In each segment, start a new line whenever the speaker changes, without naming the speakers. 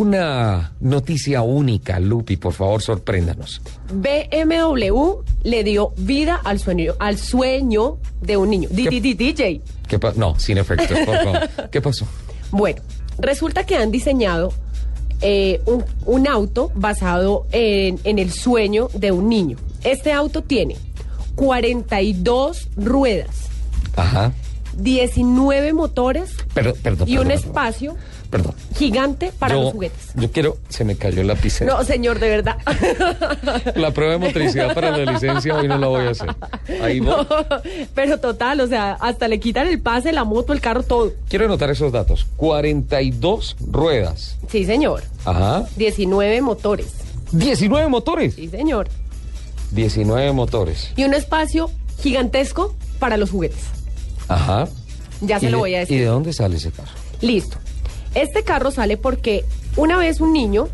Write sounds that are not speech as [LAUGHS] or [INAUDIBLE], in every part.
Una noticia única, Lupi, por favor, sorpréndanos.
BMW le dio vida al sueño, al sueño de un niño. Di-
¿Qué-
di- di- DJ.
¿Qué pa- no, sin efectos, por favor.
[LAUGHS]
¿Qué pasó?
Bueno, resulta que han diseñado eh, un, un auto basado en, en el sueño de un niño. Este auto tiene 42 ruedas,
Ajá.
19 motores
Perdón, perdón. perdón,
y un
perdón.
espacio
Perdón.
gigante para
Yo-
los juguetes.
Yo quiero. Se me cayó el lápiz.
No, señor, de verdad.
La prueba de motricidad para la licencia hoy no la voy a hacer. [LAUGHS] Ahí
[LAUGHS]
voy.
No, pero total, o sea, hasta le quitan el pase, la moto, el carro, todo.
Quiero anotar esos datos. 42 ruedas.
Sí, señor.
Ajá.
19 motores.
19 motores.
Sí, señor.
19 motores.
Y un espacio gigantesco para los juguetes.
Ajá.
Ya se
¿Y
lo
de-
voy a decir.
¿Y de dónde sale ese carro?
Listo. Este carro sale porque una vez un niño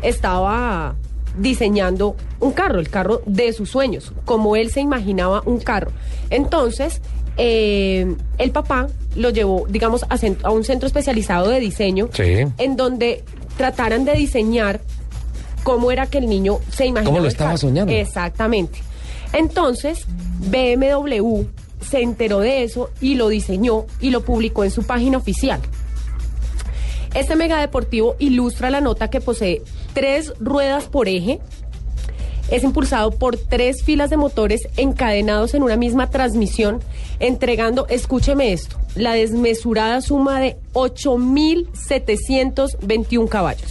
estaba diseñando un carro, el carro de sus sueños, como él se imaginaba un carro. Entonces, eh, el papá lo llevó, digamos, a, cent- a un centro especializado de diseño,
Sí.
en donde trataran de diseñar cómo era que el niño se imaginaba.
¿Cómo lo
el
estaba
carro.
soñando?
Exactamente. Entonces, BMW se enteró de eso y lo diseñó y lo publicó en su página oficial. Este megadeportivo ilustra la nota que posee tres ruedas por eje. Es impulsado por tres filas de motores encadenados en una misma transmisión, entregando, escúcheme esto, la desmesurada suma de 8.721 caballos.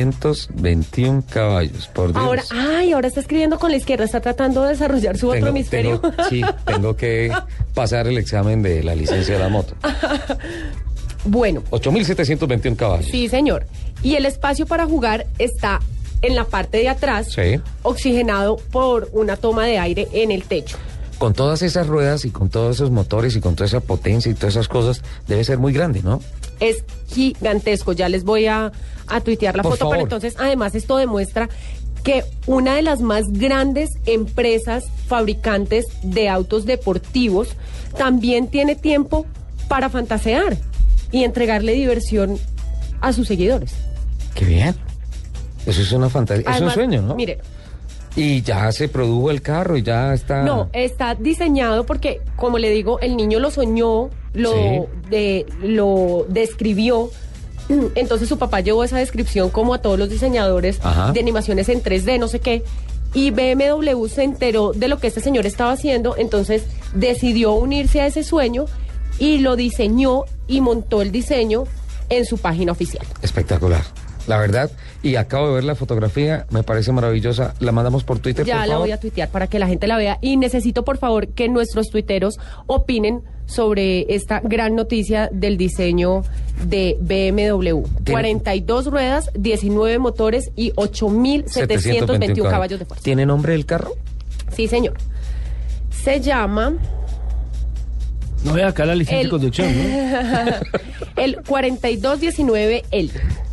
8.721 caballos, por Dios.
Ahora, ay, ahora está escribiendo con la izquierda, está tratando de desarrollar su otro hemisferio.
tengo- sí, tengo que pasar el examen de la licencia de la moto.
[LAUGHS] bueno,
8.721 caballos.
sí, señor. Y el espacio para jugar está en la parte de atrás,
Sí.
oxigenado por una toma de aire en el techo.
Con todas esas ruedas y con todos esos motores y con toda esa potencia y todas esas cosas, debe ser muy grande, ¿no?
Es gigantesco. Ya les voy a, a tuitear la
Por
foto,
favor.
pero entonces, además, esto demuestra que una de las más grandes empresas fabricantes de autos deportivos también tiene tiempo para fantasear y entregarle diversión a sus seguidores.
Qué bien. Eso es una fantasía, es un
Además,
sueño, ¿no?
Mire,
Y ya se produjo el carro y ya está.
No, eh. está diseñado porque, como le digo, el niño lo soñó, lo,
Sí.
de- lo describió. [CLEARS THROAT] Entonces su papá llevó esa descripción como a todos los diseñadores
Ajá.
de animaciones en 3D, no sé qué. Y BMW se enteró de lo que este señor estaba haciendo, entonces decidió unirse a ese sueño y lo diseñó y montó el diseño en su página oficial.
Espectacular. La verdad, y acabo de ver la fotografía, me parece maravillosa. La mandamos por Twitter,
Ya
por
la
favor.
voy a tuitear para que la gente la vea y necesito por favor que nuestros tuiteros opinen sobre esta gran noticia del diseño de BMW.
Tiene-
42 ruedas, 19 motores y 8.721 caballos de fuerza.
¿Tiene nombre el carro?
Sí, señor. Se llama
No vea acá la licencia
El-
de conducción, ¿no?
[LAUGHS] el 4219L.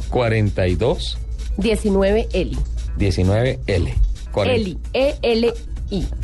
4219L.
19L.
40.
E Eli. E-L-I.